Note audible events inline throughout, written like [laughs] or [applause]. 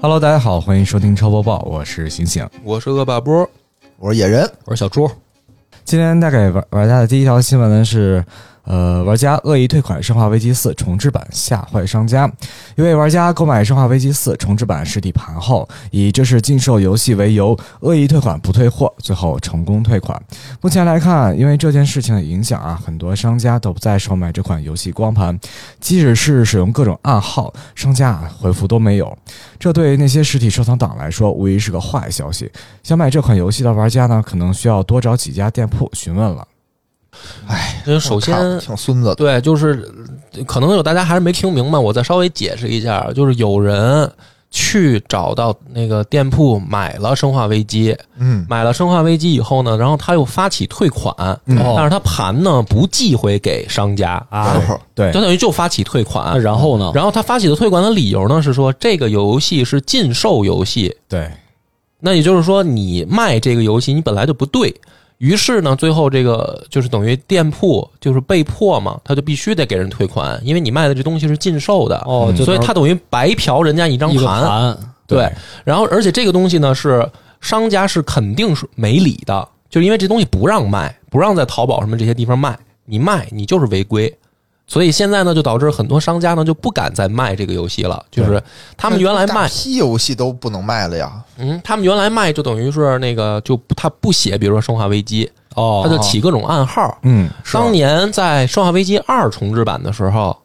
Hello，大家好，欢迎收听超播报，我是醒醒。我是恶霸波，我说野人，我是小朱。今天带给玩玩家的第一条新闻呢是，呃，玩家恶意退款《生化危机四》重置版吓坏商家。一位玩家购买《生化危机四》重置版实体盘后，以这是禁售游戏为由，恶意退款不退货，最后成功退款。目前来看，因为这件事情的影响啊，很多商家都不再售卖这款游戏光盘，即使是使用各种暗号，商家啊回复都没有。这对那些实体收藏党来说，无疑是个坏消息。想买这款游戏的玩家呢，可能需要多找几家店铺询问了。呃，首我看先，挺孙子的，对，就是呃可能有大家还是没听明白，我再稍微解释一下，就是有人去找到那个店铺买了《生化危机》，嗯，买了《生化危机》以后呢，然后他又发起退款，嗯但是他盘呢不寄回给商家，然后对就等于就发起退款。啊然后呢？然后他发起的退款的理由呢是说这个游戏是禁售游戏，对，那也就是说，你卖这个游戏，你本来就不对。于是呢，最后这个就是等于店铺就是被迫嘛，他就必须得给人退款，因为你卖的这东西是禁售的，哦，就所以他等于白嫖人家一张一个盘。盘，对，然后而且这个东西呢是商家是肯定是没理的，就是因为这东西不让卖，不让在淘宝什么这些地方卖，你卖你就是违规。所以现在呢，就导致很多商家呢就不敢再卖这个游戏了，就是他们原来卖大批游戏都不能卖了呀，嗯，他们原来卖就等于是那个就不他不写，比如说《生化危机》，哦，他就起各种暗号。嗯，当年在《生化危机二》重置版的时候，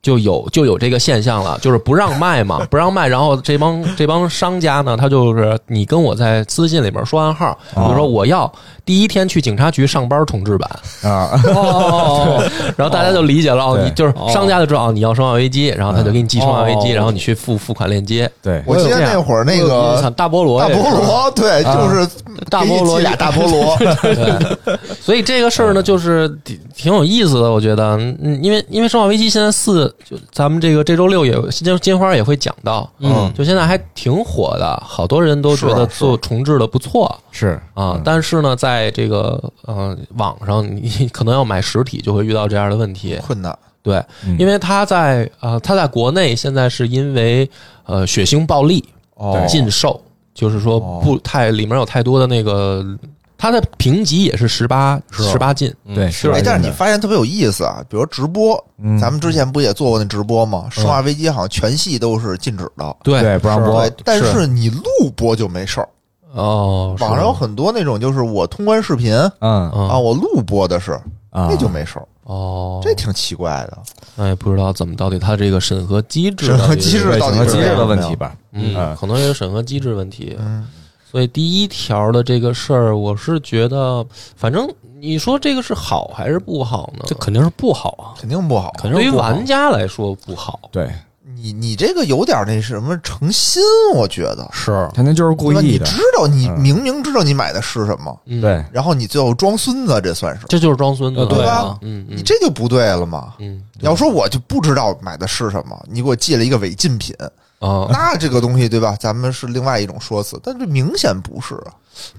就有就有这个现象了，就是不让卖 [laughs] 嘛，不让卖。然后这帮这帮商家呢，他就是你跟我在私信里面说暗号，哦比如说我要第一天去警察局上班重置版，啊，[laughs] 哦哦哦然后大家就理解了，哦，对你就是商家就知道哦你要《生化危机》，然后他就给你寄《生化危机》，哦然后你去付付款链接。对，我记得那会儿那我有印个象大菠萝大也是，菠萝，对，啊就是大给菠萝你寄俩大菠萝，所以这个事儿呢，就是挺挺有意思的，我觉得，嗯，因为因为《生化危机》现在四，就咱们这个这周六也有金金花也会讲到，嗯就现在还挺火的，好多人都觉得是啊嗯做重置的不错是啊。但是呢，在这个呃网上，你 [laughs] 可能要买实体就会遇到这样的问题，困难，对，嗯因为它在呃它在国内现在是因为呃血腥暴力哦禁售，就是说不太里面有太多的那个。它的评级也是十八十八禁，对，嗯是哎，但是你发现特别有意思啊，比如直播，咱们之前不也做过那直播嗯吗？生化危机好像全系都是禁止的，对对不让播对，，但是你录播就没事儿，哦，网上有很多那种就是我通关视频嗯啊啊，我录播的是，啊，那就没事儿，哦，这挺奇怪的，那也不知道怎么到底它这个审核机制审核到底是机制对到整底个是机这制样的的问呀题吧，嗯，嗯可能也是审核机制问题。嗯，所以第一条的这个事儿，我是觉得，反正你说这个是好还是不好呢？这肯定是不好啊，肯定不好。肯定对于是不好玩家来说不好。对，你你这个有点那什么诚心，我觉得是肯定就是故对吧意你的，知道你明明知道你买的是什么，嗯，对，然后你最后装孙子，这算是这就是装孙子，呃对啊吧？嗯你嗯这就不对了嘛。嗯你要说我就不知道买的是什么，你给我寄了一个违禁品，啊，那这个东西对吧？咱们是另外一种说辞，但这明显不是啊。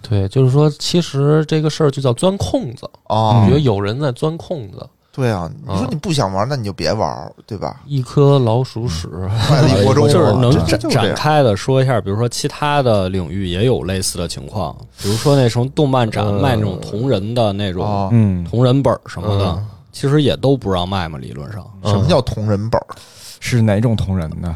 对，就是说，其实这个事儿就叫钻空子，我哦觉得有人在钻空子，对啊，你说你不想玩，那你就别玩，对吧？一颗老鼠屎。坏了一锅粥啊就嘛，是能这就是展这展样。开的说一下，比如说其他的领域也有类似的情况，比如说那什么动漫展呃卖那种同人的那哦种嗯，同人本儿什么的嗯，其实也都不让卖嘛，理论上。 [laughs] 什么叫同人本儿？是哪种同人呢？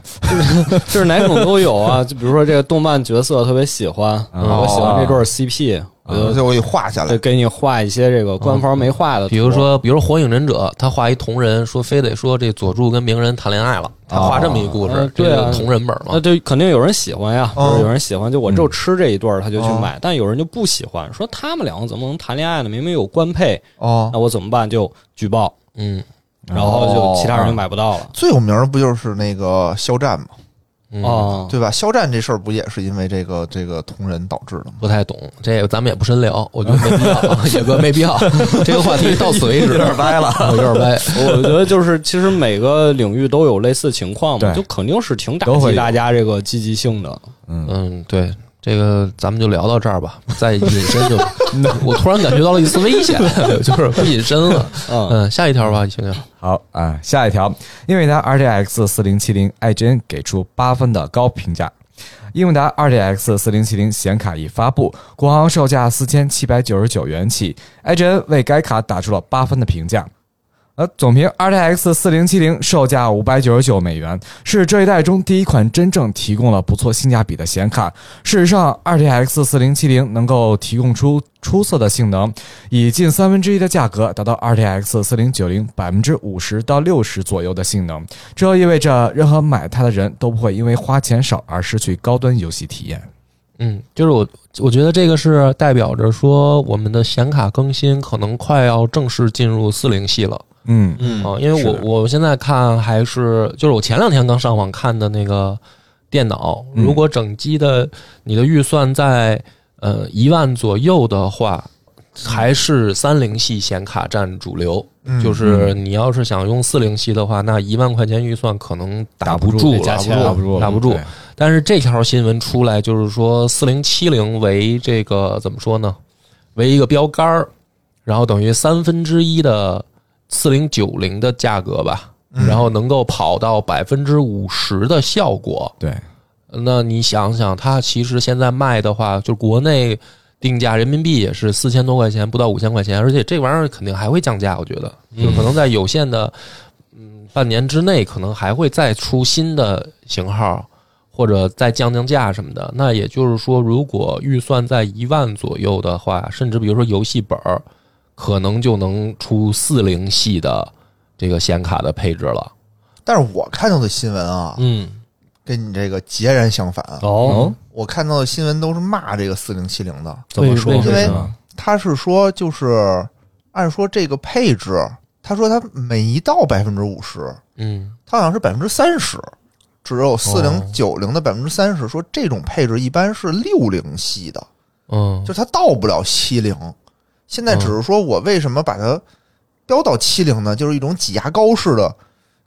就是哪种都有啊，就比如说这个动漫角色特别喜欢，哦我喜欢这对儿 CP，我所以就我给画下来得，给你画一些这个官方没画的图，哦比如说，比如《火影忍者》，他画一同人，说非得说这佐助跟鸣人谈恋爱了，他画这么一故事，哦这对个啊同人本嘛那，就肯定有人喜欢呀，嗯就是有人喜欢，就我就吃这一对儿，他就去买，但有人就不喜欢，说他们两个怎么能谈恋爱呢？明明有官配，哦，那我怎么办？就举报，嗯然后就其他人就买不到了。最有名儿不就是那个肖战吗？嗯，哦，对吧？肖战这事儿不也是因为这个这个同人导致的吗？不太懂这个，咱们也不深聊，我觉得没必 [laughs] 要，野哥没必要，这个话题到此 [laughs] 为止，有点歪了，有点歪。我觉得就是其实每个领域都有类似情况嘛，对就肯定是挺打都会击有大家这个积极性的。嗯，对，这个咱们就聊到这儿吧，再引 [laughs] 申就，我突然感觉到了一丝危险， [laughs] 就是不引申了。嗯，嗯，下一条吧，行行，好啊，下一条，因为它 RTX 4070 IGN 给出八分的高评价。英伟达 RTX 四零七零显卡已发布，国行售价四千七百九十九元起，IGN 为该卡打出了八分的评价。呃，总评 RTX 四零七零售价五百九十九美元，是这一代中第一款真正提供了不错性价比的显卡。事实上，RTX 四零七零能够提供出出色的性能，以近三分之一的价格达到 RTX 四零九零百分之五十到六十左右的性能。这意味着任何买它的人都不会因为花钱少而失去高端游戏体验。嗯，就是我，我觉得这个是代表着说我们的显卡更新可能快要正式进入四零系了嗯嗯啊、因为我是我现在看还是就是我前两天刚上网看的那个电脑，嗯如果整机的你的预算在呃一万左右的话，还是三零系显卡占主流。嗯就是你要是想用四零系的话，那一万块钱预算可能打不住了，打不住打打不不住，啊打不住对。但是这条新闻出来，就是说四零七零为这个怎么说呢？为一个标杆儿，然后等于三分之一的四零九零的价格吧，嗯然后能够跑到百分之五十的效果。对，那你想想，它其实现在卖的话，就国内定价人民币也是四千多块钱，不到五千块钱，而且这玩意儿肯定还会降价，我觉得，嗯就可能在有限的嗯半年之内，可能还会再出新的型号，或者再降降价什么的。那也就是说，如果预算在一万左右的话，甚至比如说游戏本儿，可能就能出四零系的这个显卡的配置了。但是我看到的新闻啊，嗯嗯，跟你这个截然相反。哦，我看到的新闻都是骂这个四零七零的，怎么说？为为什么是吧他是说就是按说这个配置，他说他没到百分之五十，嗯他好像是百分之三十，只有四零九零的百分之三十。说这种配置一般是六零系的，嗯就是它到不了七零。现在只是说我为什么把它标到七零呢？就是一种挤牙膏式的，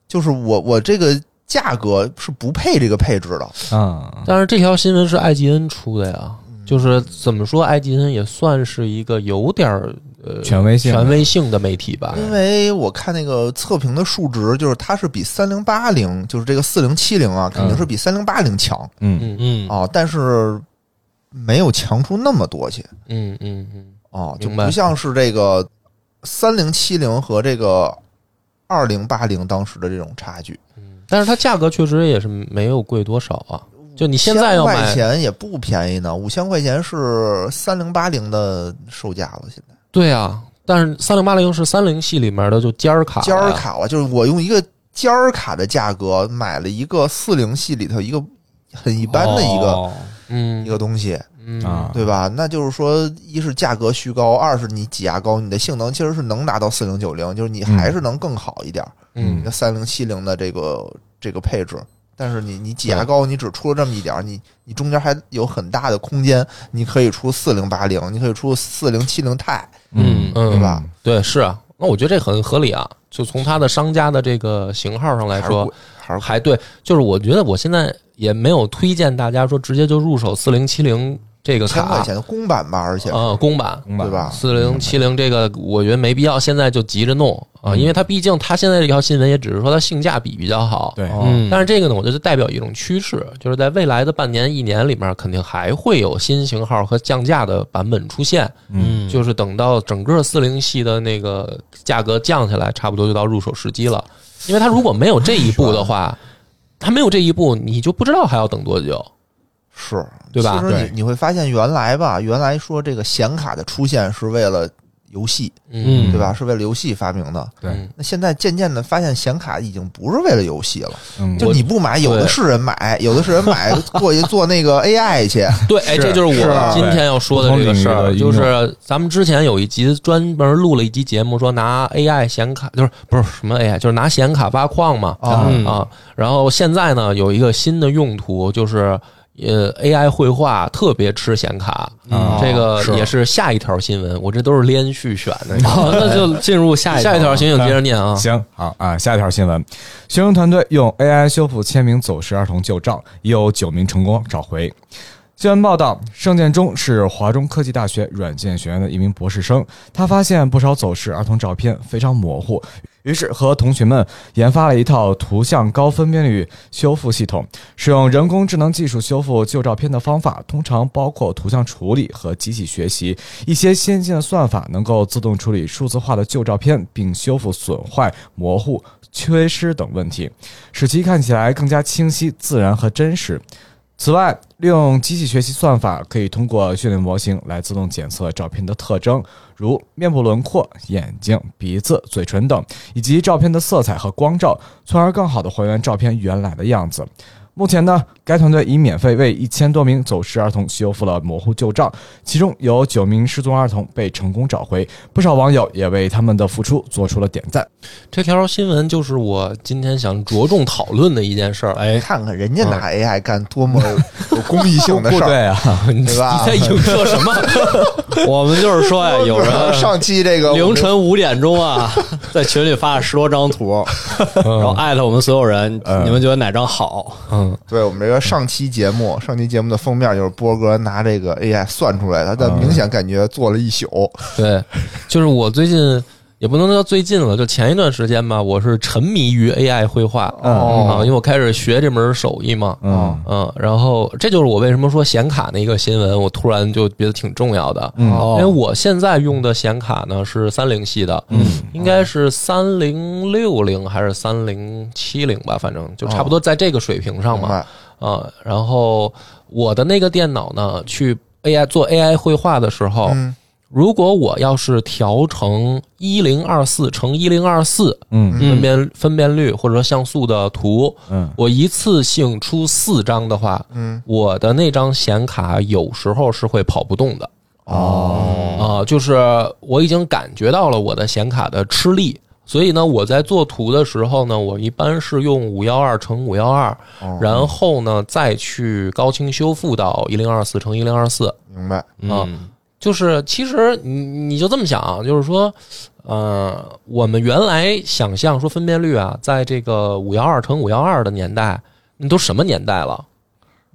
就是我我这个价格是不配这个配置的。嗯，但是这条新闻是艾吉恩出的呀，嗯就是怎么说，艾吉恩也算是一个有点儿呃权威性的权威性的媒体吧。因为我看那个测评的数值，就是它是比三零八零，就是这个四零七零啊，肯定是比三零八零强嗯嗯嗯，啊，但是没有强出那么多去嗯嗯嗯啊，就明白不像是这个三零七零和这个二零八零当时的这种差距。嗯，但是它价格确实也是没有贵多少啊。就你现在要5000块买，钱也不便宜呢，五千块钱是三零八零的售价了，现在对啊，但是三零八零是三零系里面的就尖儿卡，尖儿，卡了，就是我用一个尖儿卡的价格买了一个四零系里头一个很一一般的一个、哦嗯，一个东西，嗯啊，对吧？那就是说，一是价格虚高，二是你挤牙膏，你的性能其实是能达到四零九零，就是你还是能更好一点，嗯那三零七零的这个这个配置。但是你你挤牙膏，你只出了这么一点儿，你你中间还有很大的空间，你可以出四零八零，你可以出四零七零钛，嗯嗯对吧？对是啊。那我觉得这很合理啊，就从它的商家的这个型号上来还是说贵，还是贵还对，就是我觉得我现在也没有推荐大家说直接就入手四零七零这个一千卡，块钱的公版吧，而且呃，公版明白对吧？四零七零这个，我觉得没必要现在就急着弄啊，嗯因为它毕竟它现在这条新闻也只是说它性价比比较好，对啊嗯但是这个呢，我觉得代表一种趋势，就是在未来的半年、一年里面，肯定还会有新型号和降价的版本出现。嗯就是等到整个四零系的那个价格降下来，差不多就到入手时机了。因为它如果没有这一步的话，它没有这一步，你就不知道还要等多久，是，对吧其？实对你你会发现，原来吧，原来说这个显卡的出现是为了游戏，嗯，对吧？是为了游戏发明的。对，那现在渐渐的发现，显卡已经不是为了游戏了，嗯就我你不买，有的对是人买，有的是 [laughs] 人买过去做那个 AI 去。对，哎，是这就是是啊我今天要说的这个事儿，对就不同领域的是咱们之前有一集专门录了一集节目，说拿 AI 显卡，就是不是什么 AI，就是拿显卡挖矿嘛，啊嗯啊，然后现在呢有一个新的用途，就是呃 AI 绘画特别吃显卡，哦嗯啊这个是也是下一条新闻，我这都是连续选的。好，那就进入下 [laughs] 一下一条，请请接着念啊。 [laughs] 行，好啊，下一条新闻，学生团队用 AI 修复千名走失儿童旧账，已有九名成功找回。新闻报道，盛建中是华中科技大学软件学院的一名博士生，他发现不少走失儿童照片非常模糊，于是和同学们研发了一套图像高分辨率修复系统，使用人工智能技术修复旧照片的方法，通常包括图像处理和机器学习。一些先进的算法能够自动处理数字化的旧照片，并修复损坏、模糊、缺失等问题，使其看起来更加清晰、自然和真实。此外，利用机器学习算法可以通过训练模型来自动检测照片的特征，如面部轮廓、眼睛、鼻子、嘴唇等，以及照片的色彩和光照，从而更好地还原照片原来的样子。目前呢，该团队已免费为一千多名走失儿童修复了模糊旧照，其中有九名失踪儿童被成功找回，不少网友也为他们的付出做出了点赞。这条新闻就是我今天想着重讨论的一件事儿。哎，看看人家拿 AI 干多么有公益性的不事儿，对啊，你对吧你在影射什么？我们就是说呀，有人上期这个凌晨五点钟啊，在群里发了十多张图，然后艾特我们所有人，嗯你们觉得哪张好？嗯，对我们这个上期节目，上期节目的封面就是波哥拿这个 AI 算出来的，但明显感觉做了一宿。对，就是我最近也不能说最近了，就前一段时间吧，我是沉迷于 AI 绘画啊，因为我开始学这门手艺嘛。嗯嗯，然后这就是我为什么说显卡那个新闻，我突然就觉得挺重要的。嗯哦因为我现在用的显卡呢是三零系的，嗯，应该是三零六零还是三零七零吧，反正就差不多在这个水平上哦嘛。明白啊、然后我的那个电脑呢，去 AI 做 AI 绘画的时候，嗯，如果我要是调成一零二四乘一零二四嗯分辨分辨率或者说像素的图，嗯我一次性出四张的话，嗯，我的那张显卡有时候是会跑不动的。哦啊、就是我已经感觉到了我的显卡的吃力，所以呢，我在做图的时候呢，我一般是用五幺二乘五幺二，哦然后呢再去高清修复到一零二四乘一零二四。明白。嗯就是其实你你就这么想啊，就是说，呃，我们原来想象说分辨率啊，在这个五幺二乘五幺二的年代，那都什么年代了？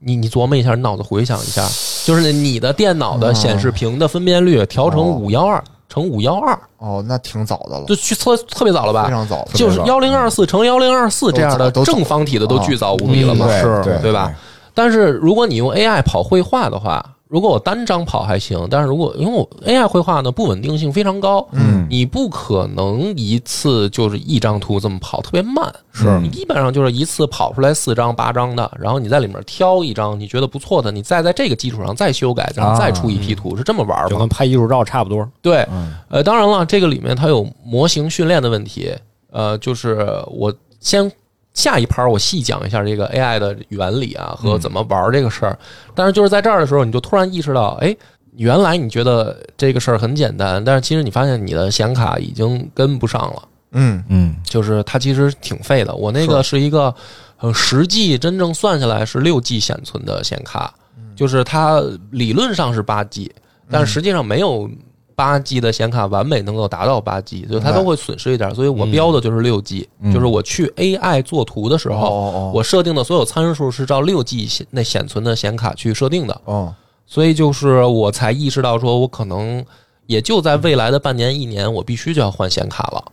你你琢磨一下，你脑子回想一下，就是你的电脑的显示屏的分辨率调成哦五幺二乘五幺二，哦，那挺早的了，就去测特别早了非吧？常早的，啊就是幺零二四乘幺零二四这样的都早哦正方体的都巨早无比了嗯嘛。对是对对吧？但是如果你用 AI 跑绘画的话，如果我单张跑还行，但是如果因为我 AI 绘画呢不稳定性非常高，嗯你不可能一次就是一张图这么跑，特别慢。是你基本上就是一次跑出来四张、八张的，然后你在里面挑一张你觉得不错的，你再在这个基础上再修改，然后再出一批图，是这么玩儿就吗跟？拍艺术照差不多。对，嗯呃，当然了，这个里面它有模型训练的问题，呃，就是我先下一盘儿我细讲一下这个 AI 的原理啊和怎么玩儿这个事儿。但是就是在这儿的时候，你就突然意识到，哎，原来你觉得这个事儿很简单，但是其实你发现你的显卡已经跟不上了。嗯嗯就是它其实挺费的。我那个是一个，呃，实际真正算下来是六 G 显存的显卡，嗯就是它理论上是八 G，但实际上没有八 G 的显卡完美能够达到八 G，就是它明白都会损失一点。所以我标的就是六 G，、嗯就是我去 AI 做图的时候，哦嗯我设定的所有参数是照六 G 显那显存的显卡去设定的，哦所以就是我才意识到说我可能。也就在未来的半年、一年，我必须就要换显卡了。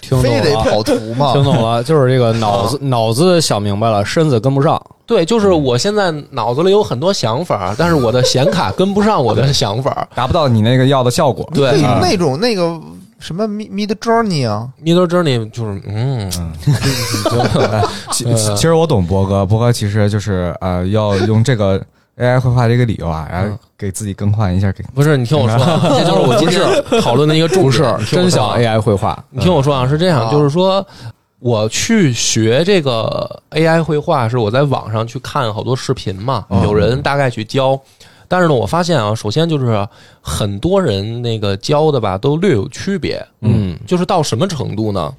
听懂非得了，跑图嘛 [laughs] 听，懂了，就是这个脑子脑子想明白了，身子跟不上。对，就是我现在脑子里有很多想法，但是我的显卡跟不上我的想法。达不到你那个要的效果。对那啊那种那个什么 Mid Mid Journey 啊， ，Middle Journey 就是嗯，其其其实我懂博哥，博哥其实就是呃，要用这个 [laughs] AI 绘画这个理由啊，然后给自己更换一下，给不是你听我说啊，这就是我今天讨论的一个重不是点。听我说真想啊 AI 绘画，你听我说啊，是这样，啊就是说我去学这个 AI 绘画，是我在网上去看好多视频嘛，嗯有人大概去教。但是呢，我发现啊，首先就是很多人那个教的吧，都略有区别。嗯就是到什么程度呢？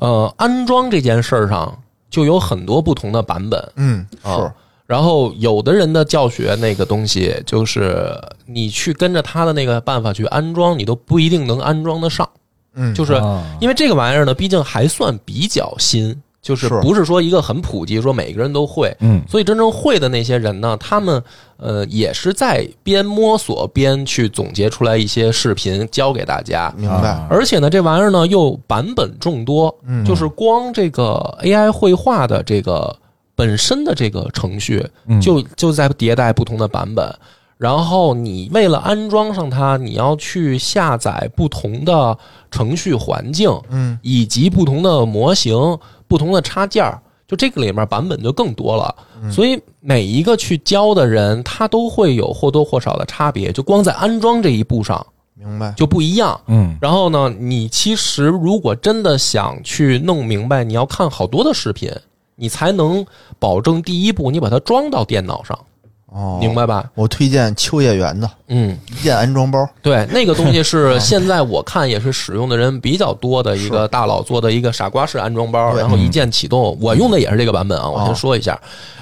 呃，安装这件事儿上就有很多不同的版本嗯，啊。是然后有的人的教学那个东西，就是你去跟着他的那个办法去安装，你都不一定能安装得上。嗯，啊就是是因为这个玩意儿呢，毕竟还算比较新，就是是不是说一个很普及，说每个人都会。嗯所以真正会的那些人呢，他们呃也是在边摸索边去总结出来一些视频教给大家。明白啊？而且呢，这玩意儿呢又版本众多，嗯就是光这个 AI 绘画的这个本身的这个程序，嗯就就在迭代不同的版本。然后你为了安装上它，你要去下载不同的程序环境，嗯，以及不同的模型、不同的插件儿，就这个里面版本就更多了。嗯所以每一个去教的人，他都会有或多或少的差别，就光在安装这一步上明白。就不一样。嗯然后呢，你其实如果真的想去弄明白，你要看好多的视频，你才能保证第一步你把它装到电脑上，哦，明。白吧？我推荐秋叶原的嗯，一键安装包，对，那个东西是现在我看也是使用的人比较多的一个大佬做的一个傻瓜式安装包，对哦然后一键启动。我用的也是这个版本啊，我先说一下。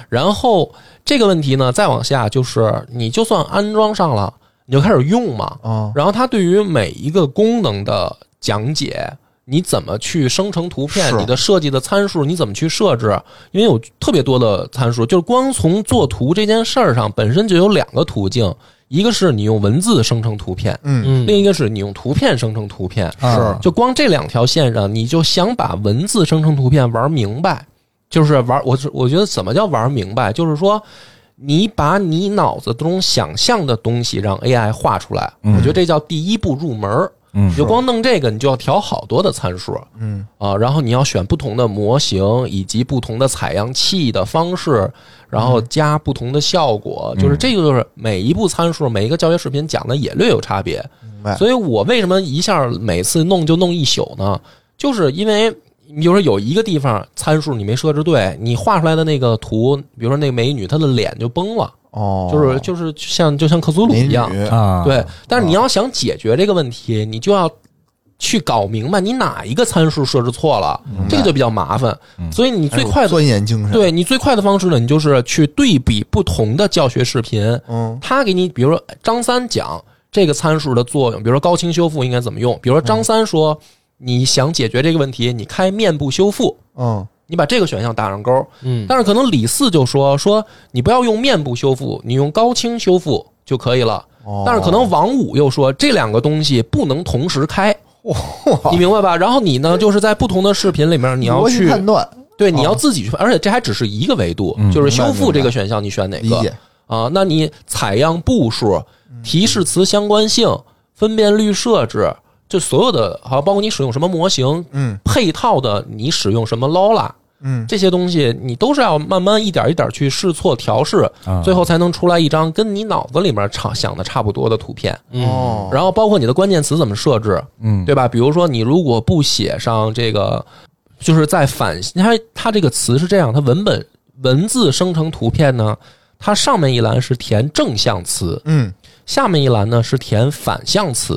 然后这个问题呢，再往下就是，你就算安装上了，你就开始用嘛。啊，然后它对于每一个功能的讲解，你怎么去生成图片是，你的设计的参数你怎么去设置？因为有特别多的参数，就是光从做图这件事儿上本身就有两个途径，一个是你用文字生成图片，嗯，另一个是你用图片生成图片。啊就光这两条线上，你就想把文字生成图片玩明白，就是玩我是我觉得怎么叫玩明白，就是说你把你脑子中想象的东西让 AI 画出来，嗯我觉得这叫第一步入门儿。嗯你就光弄这个，你就要调好多的参数嗯啊，然后你要选不同的模型以及不同的采样器的方式，然嗯后加不同的效果，就是这个就是每一步参数每一个教学视频讲的也略有差别。明白。所以我为什么一下每次弄就弄一宿呢？就是因为你比如说有一个地方参数你没设置对，你画出来的那个图，比如说那个美女她的脸就崩了，哦，就是就是像就像克苏鲁美一女样。啊，对，但是你要想解决这个问题，你就要去搞明白你哪一个参数设置错了，这个就比较麻烦。嗯所以你最快的钻研精神，，对你最快的方式呢，你就是去对比不同的教学视频，嗯，他给你，比如说张三讲这个参数的作用，比如说高清修复应该怎么用，比如说嗯张三说你想解决这个问题，你开面部修复，嗯，你把这个选项打上勾。嗯，但是可能李四就说说你不要用面部修复，你用高清修复就可以了。哦但是可能王五又说这两个东西不能同时开。你明白吧？然后你呢，就是在不同的视频里面，你要哦逻辑去判断嗯对，你要自己去，而且这还只是一个维度，就是修复这个选项，你选哪理个？解，啊，那你采样步数、提示词相关性、分辨率设置，就所有的，好像包括你使用什么模型嗯配套的，你使用什么 Lola 嗯，这些东西，你都是要慢慢一点一点去试错调试，啊最后才能出来一张跟你脑子里面差想的差不多的图片。嗯哦，然后包括你的关键词怎么设置，嗯对吧？比如说你如果不写上这个，就是在反它它这个词是这样，它文本文字生成图片呢，它上面一栏是填正向词，嗯，下面一栏呢是填反向词。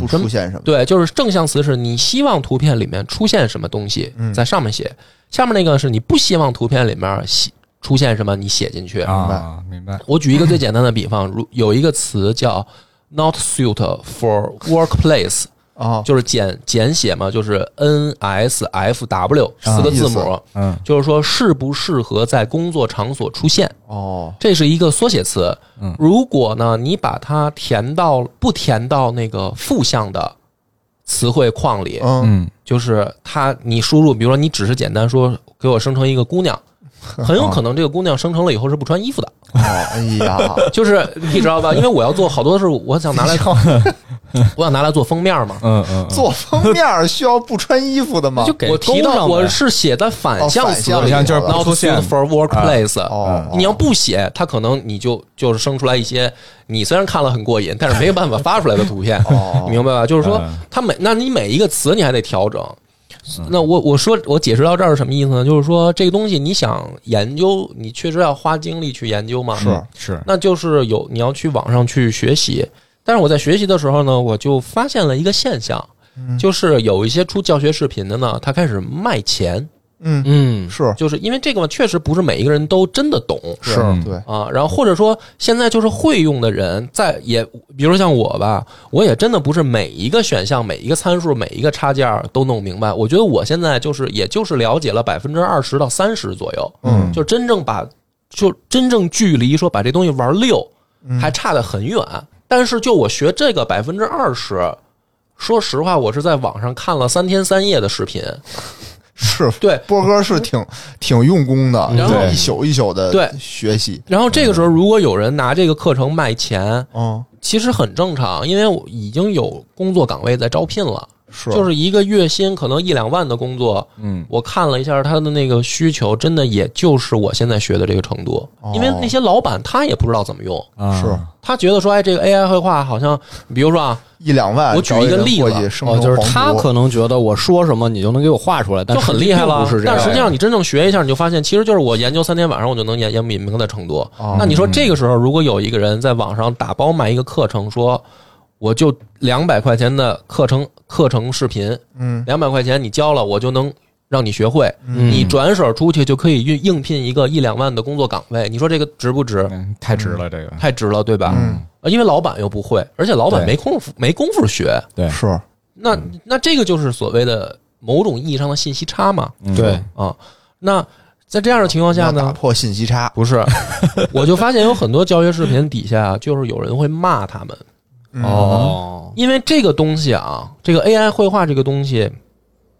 不什么出现什么，对，就是正向词是你希望图片里面出现什么东西，在上面写；下面那个是你不希望图片里面写出现什么，你写进去。啊，明白我举一个最简单的比方，如有一个词叫 “not suit for workplace”，啊，就是简简写嘛，就是 N S F W 啊四个字母，嗯就是说适不适合在工作场所出现，哦，这是一个缩写词嗯。如果呢，你把它填到不填到那个负向的词汇框里，嗯，嗯就是它你输入，比如说你只是简单说给我生成一个姑娘，很有可能这个姑娘生成了以后是不穿衣服的，哦，哎呀，就是你知道吧？因为我要做好多事，我 [laughs] 想拿 [laughs] 来，我想拿来做封面嘛。嗯嗯，做封面儿需要不穿衣服的吗？就给我提勾到上我呗是写在反向词哦反里向就是不 not 出现 suit for workplace。哦，你要不写，它可能你就就是生出来一些你虽然看了很过瘾，但是没有办法发出来的图片，哦你明白吧？就是说嗯，它每那你每一个词你还得调整。嗯那我我说我解释到这儿是什么意思呢？就是说这个东西你想研究，你确实要花精力去研究嘛。是嗯是那就是有你要去网上去学习。但是我在学习的时候呢，我就嗯发现了一个现象，就是有一些出教学视频的呢，他开始卖钱，嗯，嗯，是就是因为这个嘛，确实不是每一个人都真的懂是对对，啊。然后或者说现在就是会用的人在也，比如像我吧，我也真的不是每一个选项、每一个参数、每一个插件都弄明白。我觉得我现在就是也就是了解了百分之二十到三十左右，嗯就真正把就真正距离说把这东西玩溜，嗯还差得很远。但是就我学这个百分之二十，说实话，我是在网上看了三天三夜的视频，是对。波哥是挺挺用功的，然后一宿一宿的嗯对学习，然后这个时候，如果有人拿这个课程卖钱，嗯，其实很正常，因为我已经有工作岗位在招聘了，是就是一个月薪可能一两万的工作，嗯我看了一下他的那个需求，真的也就是我现在学的这个程度哦，因为那些老板他也不知道怎么用，啊是他觉得说，哎，这个 AI 绘画好像，比如说啊，一两万，我举一个例子啊找人过去生哦，成就是黄他渤可能觉得我说什么你就能给我画出来，但就很厉害并了不是。这样但实际上，你真正学一下，你就发现，其实就是我研究三天晚上，我就能研研明白的程度。哦那你说这个时候，如果有一个人在网上打包卖一个课程，说我就两百块钱的课程课程视频，嗯两百块钱你交了，我就能让你学会，嗯你转手出去就可以应应聘一个一两万的工作岗位，你说这个值不值？嗯太值了这个，太值了，对吧？嗯呃因为老板又不会，而且老板对没空没功夫学，对是那嗯那这个就是所谓的某种意义上的信息差嘛。嗯对，啊。那在这样的情况下要打呢？破信息差，不是， [laughs] 我就发现有很多教学视频底下啊就是有人会骂他们，嗯哦，因为这个东西啊，这个 AI 绘画这个东西，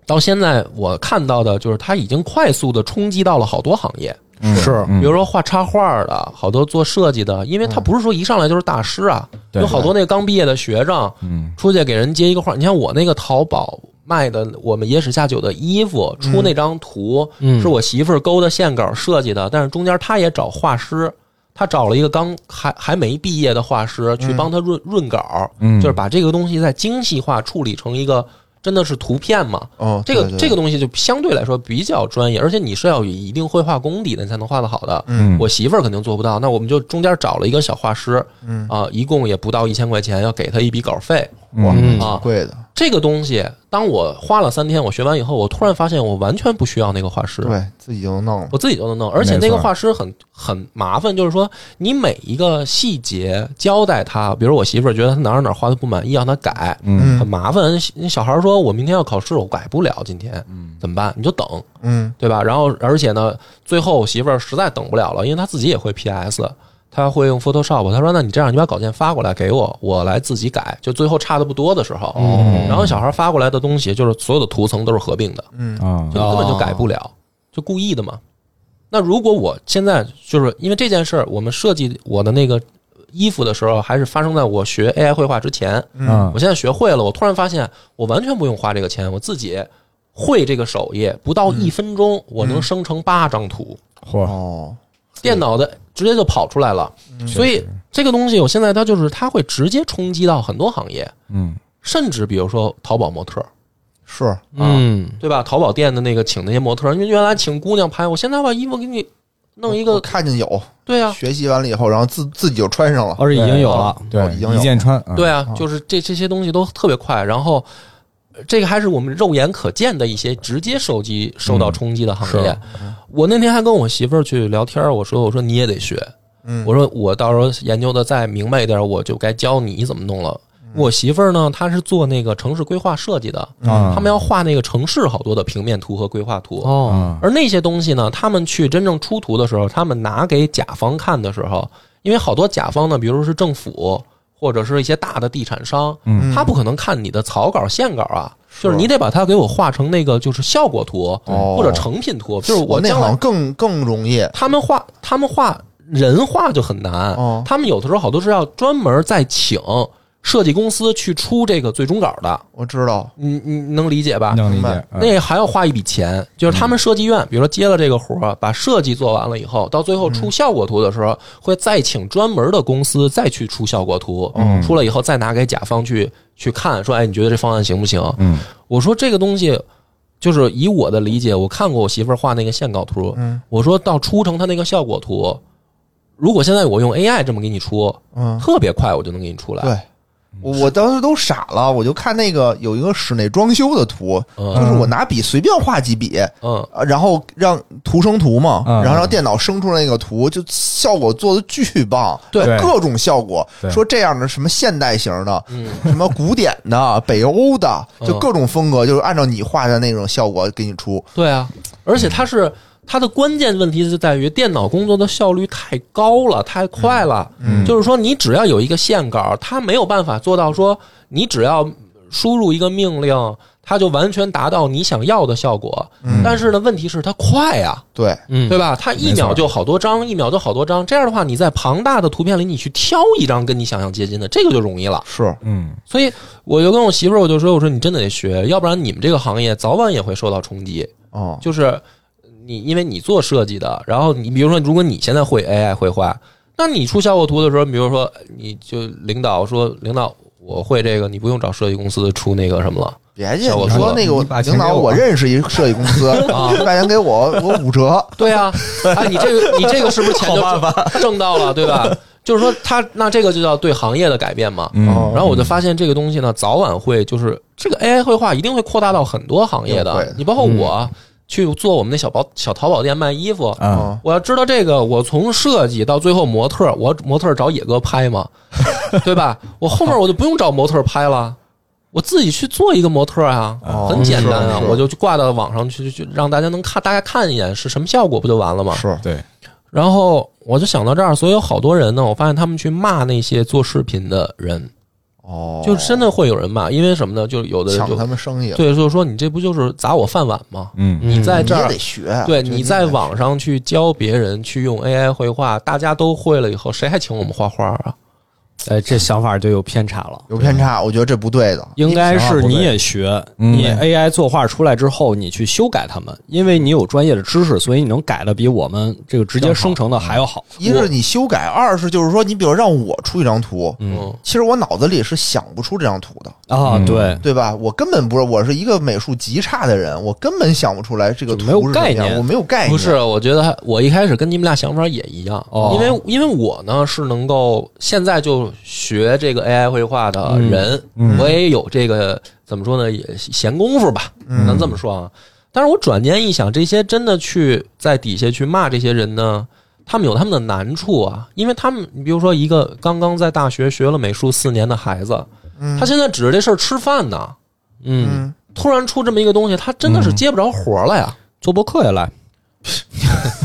到现在我看到的就是它已经快速的冲击到了好多行业，嗯是嗯比如说画插画的，好多做设计的，因为他不是说一上来就是大师啊，对有好多那个刚毕业的学生嗯出去给人接一个画，你像我那个淘宝卖的我们野史下酒的衣服出那张图，嗯是我媳妇儿勾的线稿设计的，但是中间她也找画师，她找了一个刚还还没毕业的画师嗯去帮她润、润稿，嗯就是把这个东西再精细化处理成一个真的是图片嘛。哦，这个对对这个东西就相对来说比较专业，而且你是要有一定绘画功底的，你才能画得好的。嗯我媳妇儿肯定做不到，那我们就中间找了一个小画师，嗯啊、一共也不到一千块钱，要给他一笔稿费哇嗯啊。贵的，这个东西，当我花了三天，我学完以后，我突然发现我完全不需要那个画师，对自己就弄了，我自己都能弄，而且没错那个画师很很麻烦，就是说你每一个细节交代他，比如我媳妇儿觉得他哪儿哪儿画的不满意，让他改，嗯很麻烦。那小孩儿说我明天要考试，我改不了，今天怎么办？你就等，嗯对吧？然后而且呢，最后我媳妇儿实在等不了了，因为她自己也会 PS，她会用 Photoshop，她说那你这样，你把稿件发过来给我，我来自己改，就最后差的不多的时候，嗯哦然后小孩儿发过来的东西就是所有的图层都是合并的。嗯啊就根本就改不了，就故意的嘛。那如果我现在就是因为这件事儿，我们设计我的那个衣服的时候，还是发生在我学 AI 绘画之前。嗯啊我现在学会了，我突然发现我完全不用花这个钱，我自己会这个手艺，不到一分钟，我能生成八张图，嚯，哦，电脑的直接就跑出来了。所以这个东西，我现在它就是它会直接冲击到很多行业，嗯甚至比如说淘宝模特儿。是嗯，对吧？淘宝店的那个请那些模特儿，因为原来请姑娘拍，我现在把衣服给你弄一我个，看见有对啊，学习完了以后，然后自自己就穿上了，而且已经有了，对已经有一键穿对啊，就是这这些东西都特别快。然后呃这个还是我们肉眼可见的一些直接受击受到冲击的行业。我那天还跟我媳妇儿去聊天儿，我说我说你也得学，嗯，我说我到时候研究的再明白一点儿，我就该教你怎么弄了。我媳妇儿呢，她是做那个城市规划设计的，嗯啊，他们要画那个城市好多的平面图和规划图。哦，啊而那些东西呢，他们去真正出图的时候，他们拿给甲方看的时候，因为好多甲方呢，比如说是政府或者是一些大的地产商，嗯他不可能看你的草稿、线稿啊，就是是你得把它给我画成那个就是效果图哦或者成品图，就是我那将好像来更更容易，他们画他们画人画就很难哦，他们有的时候好多是要专门再请设计公司去出这个最终稿的，我知道，你你能理解吧？能理明解白，嗯那还要花一笔钱，就是嗯他们设计院，比如说接了这个活儿，把设计做完了以后，到最后嗯出效果图的时候，会再请专门的公司再去出效果图，嗯出了以后再拿给甲方去去看，说，哎，你觉得这方案行不行？嗯我说这个东西，就是以我的理解，我看过我媳妇儿画那个线稿图，嗯我说到出成她那个效果图，如果现在我用 AI 这么给你出，嗯，特别快，我就能给你出来。对，我我当时都傻了，我就看那个有一个室内装修的图，就嗯是我拿笔随便画几笔，嗯，啊然后让图生图嘛，嗯然后让电脑生出来那个图，就效果做的巨棒，对各种效果对，说这样的什么现代型的，嗯什么古典的、北欧的，嗯就各种风格，就是按照你画的那种效果给你出。对啊，而且它是它的关键问题是在于电脑工作的效率太高了，太快了。嗯就是说你只要有一个线稿，它没有办法做到说你只要输入一个命令，它就完全达到你想要的效果。嗯但是呢，问题是它快呀、对，嗯，对吧？它一秒就好多张，一秒就好多张。这样的话，你在庞大的图片里，你去挑一张跟你想象接近的，这个就容易了。是，嗯，所以我就跟我媳妇儿，我就说，我说你真的得学，要不然你们这个行业早晚也会受到冲击。哦，就是你因为你做设计的，然后你比如说，如果你现在会 AI 绘画，那你出效果图的时候，比如说你就领导说，领导我会这个，你不用找设计公司出那个什么了。别介，效果你图说那个你把钱领给导，我我认识一设计公司， [laughs] 啊一百元给我，我五折。对啊，哎，你这个你这个是不是钱就挣挣到了，对吧？就是说他那这个就叫对行业的改变嘛。嗯哦然后我就发现这个东西呢，早晚会就是这个 AI 绘画一定会扩大到很多行业对的对，你包括我去做我们那小包小淘宝店卖衣服，啊，嗯我要知道这个，我从设计到最后模特，我模特找野哥拍 [laughs] 嘛，对吧？我后面我就不用找模特拍了，我自己去做一个模特啊，哦很简单啊是，是我就去挂到网上去，去去让大家能看，大家看一眼是什么效果，不就完了吗？是，对，然后我就想到这儿，所以有好多人呢，我发现他们去骂那些做视频的人，哦，就真的会有人骂，因为什么呢？就有的人抢就他们生意了。对，就是说你这不就是砸我饭碗吗？嗯你在你这也儿得学啊，对，这你在网上去教别人去用 AI 绘画，大家都会了以后，谁还请我们画画啊？哎，这想法就有偏差了。有偏差，我觉得这不对的。应该是你也学，嗯你 AI 作画出来之后，你去修改它们，因为你有专业的知识，所以你能改的比我们这个直接生成的还要好。嗯一是你修改，二是就是说，你比如让我出一张图，嗯其实我脑子里是想不出这张图的，啊，嗯对，对吧？我根本不是，我是一个美术极差的人，我根本想不出来这个图就没有是什么概样，念我没有概念。不是，我觉得我一开始跟你们俩想法也一样，哦因为因为我呢是能够现在就学这个 AI 绘画的人，嗯嗯我也有这个怎么说呢，也闲工夫吧，嗯能这么说啊。但是我转念一想，这些真的去在底下去骂这些人呢，他们有他们的难处啊，因为他们，你比如说一个刚刚在大学学了美术四年的孩子，嗯，他现在指着这事儿吃饭呢，嗯，嗯，突然出这么一个东西，他真的是接不着活了呀。做博客也来，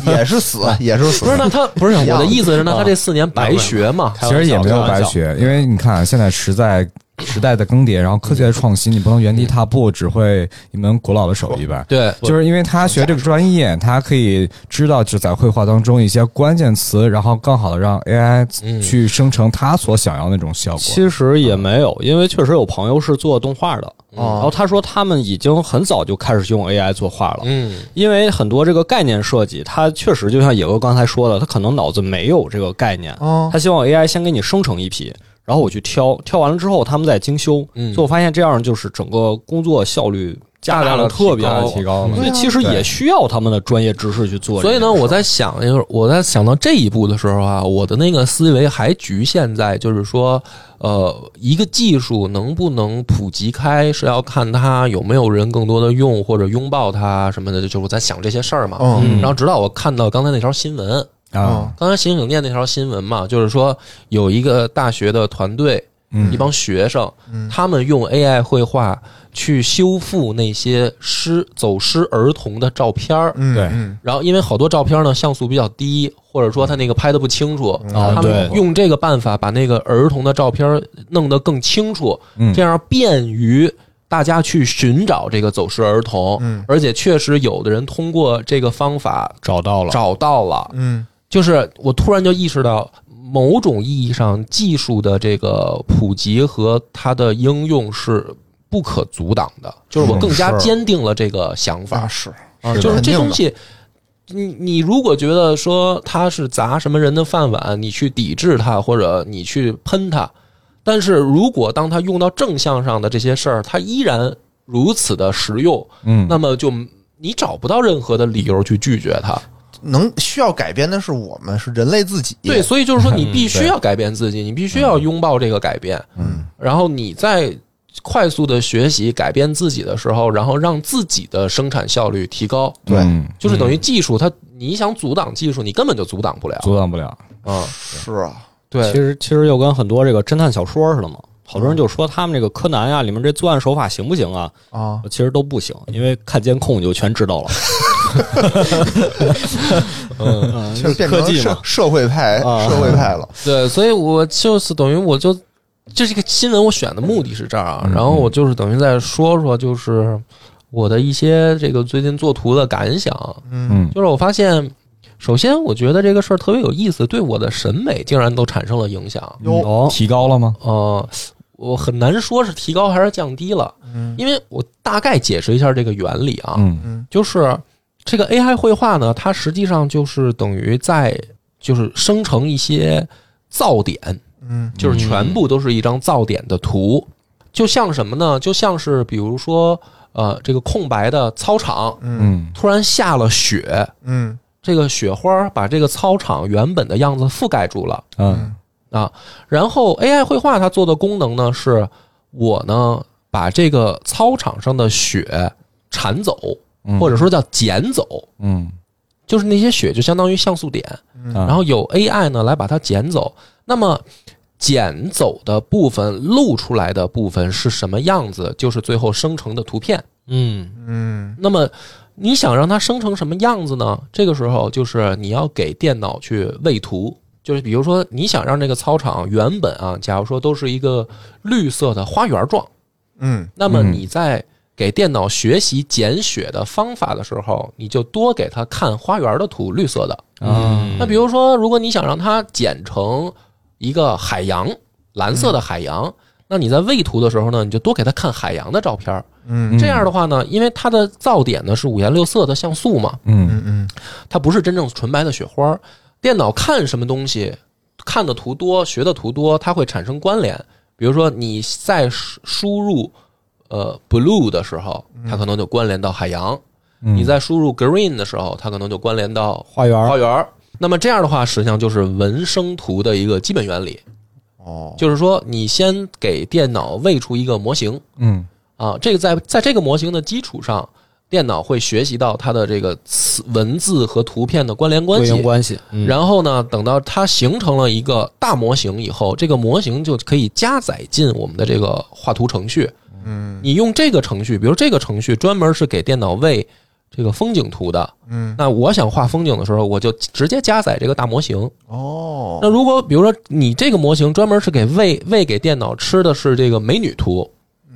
也是死，也是死不。是，那他不是一样我的意思是，那啊他这四年白学嘛？开其玩笑实也没有白，开玩笑学，因为你看啊现在时代时代的更迭，然后科技的创新，你不能原地踏步，只会一门古老的手艺吧。对，就是因为他学这个专业，他可以知道就在绘画当中一些关键词，然后更好的让 AI 嗯去生成他所想要的那种效果。其实也没有，因为确实有朋友是做动画的，哦然后他说他们已经很早就开始用 AI 作画了，嗯，因为很多这个概念设计，它确实就像野哥刚才说的，他可能脑子没有这个概念，哦，他希望 AI 先给你生成一批，然后我去挑，挑完了之后他们再精修。嗯所以我发现这样就是整个工作效率大加大大地了特别提高大的提高了所以其实也需要他们的专业知识去做这所件以事。呢，我在想，就是我在想到这一步的时候啊，我的那个思维还局限在就是说，呃，一个技术能不能普及开，是要看它有没有人更多的用或者拥抱它什么的，就是我在想这些事儿嘛。嗯然后直到我看到刚才那条新闻，哦啊，刚才醒醒念那条新闻嘛，就是说有一个大学的团队，嗯一帮学生，嗯他们用 AI 绘画去修复那些失走失儿童的照片儿。嗯，对嗯然后，因为好多照片呢像素比较低，或者说他那个拍的不清楚，嗯啊他对们用这个办法把那个儿童的照片弄得更清楚，嗯这样便于大家去寻找这个走失儿童。嗯而且确实有的人通过这个方法找到了，找到了，嗯，就是我突然就意识到，某种意义上，技术的这个普及和它的应用是不可阻挡的。就是我更加是坚定了这个想那法，是，啊，是就是肯这定东的西。你你如果觉得说它是砸什么人的饭碗，你去抵制它或者你去喷它，但是如果当它用到正向上的这些事儿，它依然如此的实用，嗯，那么就你找不到任何的理由去拒绝它。能需要改变的是我们，是人类自己。对，所以就是说，你嗯必须对要改变自己，你必须要拥抱这个改变，嗯，然后你在快速的学习、改变自己的时候，然后让自己的生产效率提高，对嗯就是等于技术它，你想阻挡技术，你根本就阻挡不了。阻挡不了。嗯，是啊，其对，嗯实其实又跟很多这个侦探小说似的嘛，好多人就说他们这个柯南啊呀里面这作案手法行不行啊？啊，其实都不行，因为看监控你就全知道了。 [laughs] 嗯，就变科成技社嘛，社会派啊社会派了。对，所以我就是等于我就这是一个新闻，我选的目的是这儿啊嗯，然后我就是等于再说说就是我的一些这个最近做图的感想，嗯，嗯就是我发现，首先我觉得这个事儿特别有意思，对我的审美竟然都产生了影响。哟哦提高了吗？呃，我很难说是提高还是降低了，嗯因为我大概解释一下这个原理啊，嗯嗯就是这个 AI 绘画呢，它实际上就是等于在就是生成一些噪点，嗯就是全部都是一张噪点的图，就像什么呢？就像是比如说呃这个空白的操场嗯嗯突然下了雪，嗯这个雪花把这个操场原本的样子覆盖住了嗯啊。然后 AI 绘画它做的功能呢，是我呢把这个操场上的雪铲走，嗯，或者说叫捡走，嗯就是那些雪就相当于像素点，啊嗯然后有 AI 呢来把它捡走。那么捡走的部分露出来的部分是什么样子，就是最后生成的图片。嗯，嗯那么你想让它生成什么样子呢？这个时候就是你要给电脑去喂图，就是比如说你想让这个操场原本啊，假如说都是一个绿色的花园状，嗯那么嗯你在给电脑学习减雪的方法的时候，你就多给它看花园的图，绿色的。嗯啊那比如说，如果你想让它剪成一个海洋，蓝色的海洋。那你在喂图的时候呢，你就多给它看海洋的照片儿。嗯这样的话呢，因为它的噪点呢是五颜六色的像素嘛，嗯嗯嗯它不是真正纯白的雪花儿。电脑看什么东西，看的图多，学的图多，它会产生关联。比如说你在输输入呃 blue 的时候，它可能就关联到海洋；嗯，你在输入 green 的时候，它可能就关联到花园花儿园儿。那么这样的话，实际上就是文生图的一个基本原理，哦，就是说你先给电脑喂出一个模型，嗯啊，这个在在这个模型的基础上，电脑会学习到它的这个词文字和图片的关联关对系应。关系，嗯然后呢，等到它形成了一个大模型以后，这个模型就可以加载进我们的这个画图程序。嗯你用这个程序，比如这个程序专门是给电脑喂这个风景图的，嗯那我想画风景的时候，我就直接加载这个大模型。哦，那如果比如说你这个模型专门是给喂喂给电脑吃的是这个美女图，